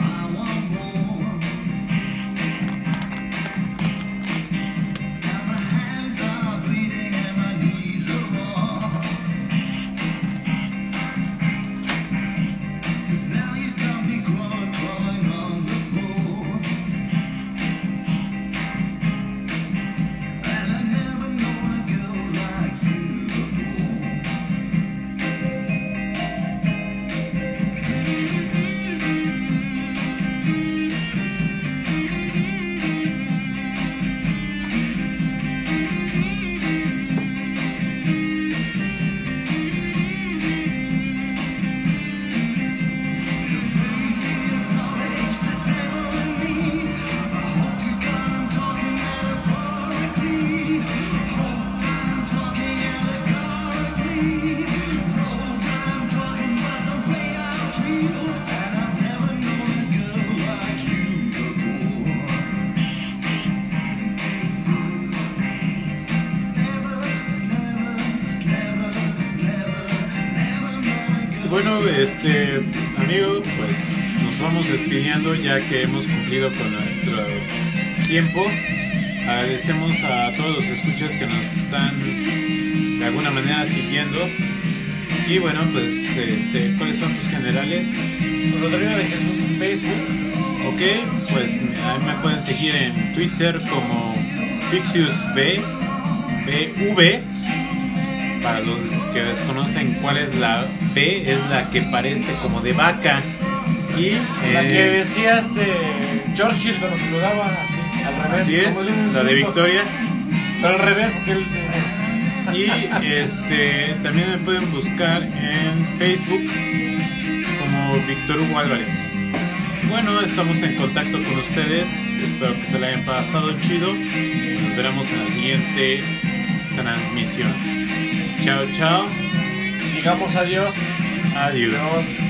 S1: Bueno, este amigo, pues nos vamos despidiendo ya que hemos cumplido con nuestro tiempo. Agradecemos a todos los escuchas que nos están de alguna manera siguiendo. Y bueno, pues este, ¿cuáles son tus generales?
S2: Pues, Rodrigo de Jesús en Facebook.
S1: Ok, pues a mí me pueden seguir en Twitter como FixiusB, BV. Para los que desconocen cuál es la B, es la que parece como de vaca. Y
S2: La
S1: eh,
S2: que decía este Churchill cuando se lo daba así, al revés.
S1: así
S2: como
S1: es,
S2: de un
S1: la de
S2: insulto.
S1: Victoria.
S2: Pero al revés, porque él. eh,
S1: Y este también me pueden buscar en Facebook como Víctor Hugo Álvarez. Bueno, estamos en contacto con ustedes. Espero que se la hayan pasado chido. Nos veremos en la siguiente transmisión. Chao, chao.
S2: digamos adiós.
S1: Adiós.
S2: Adiós.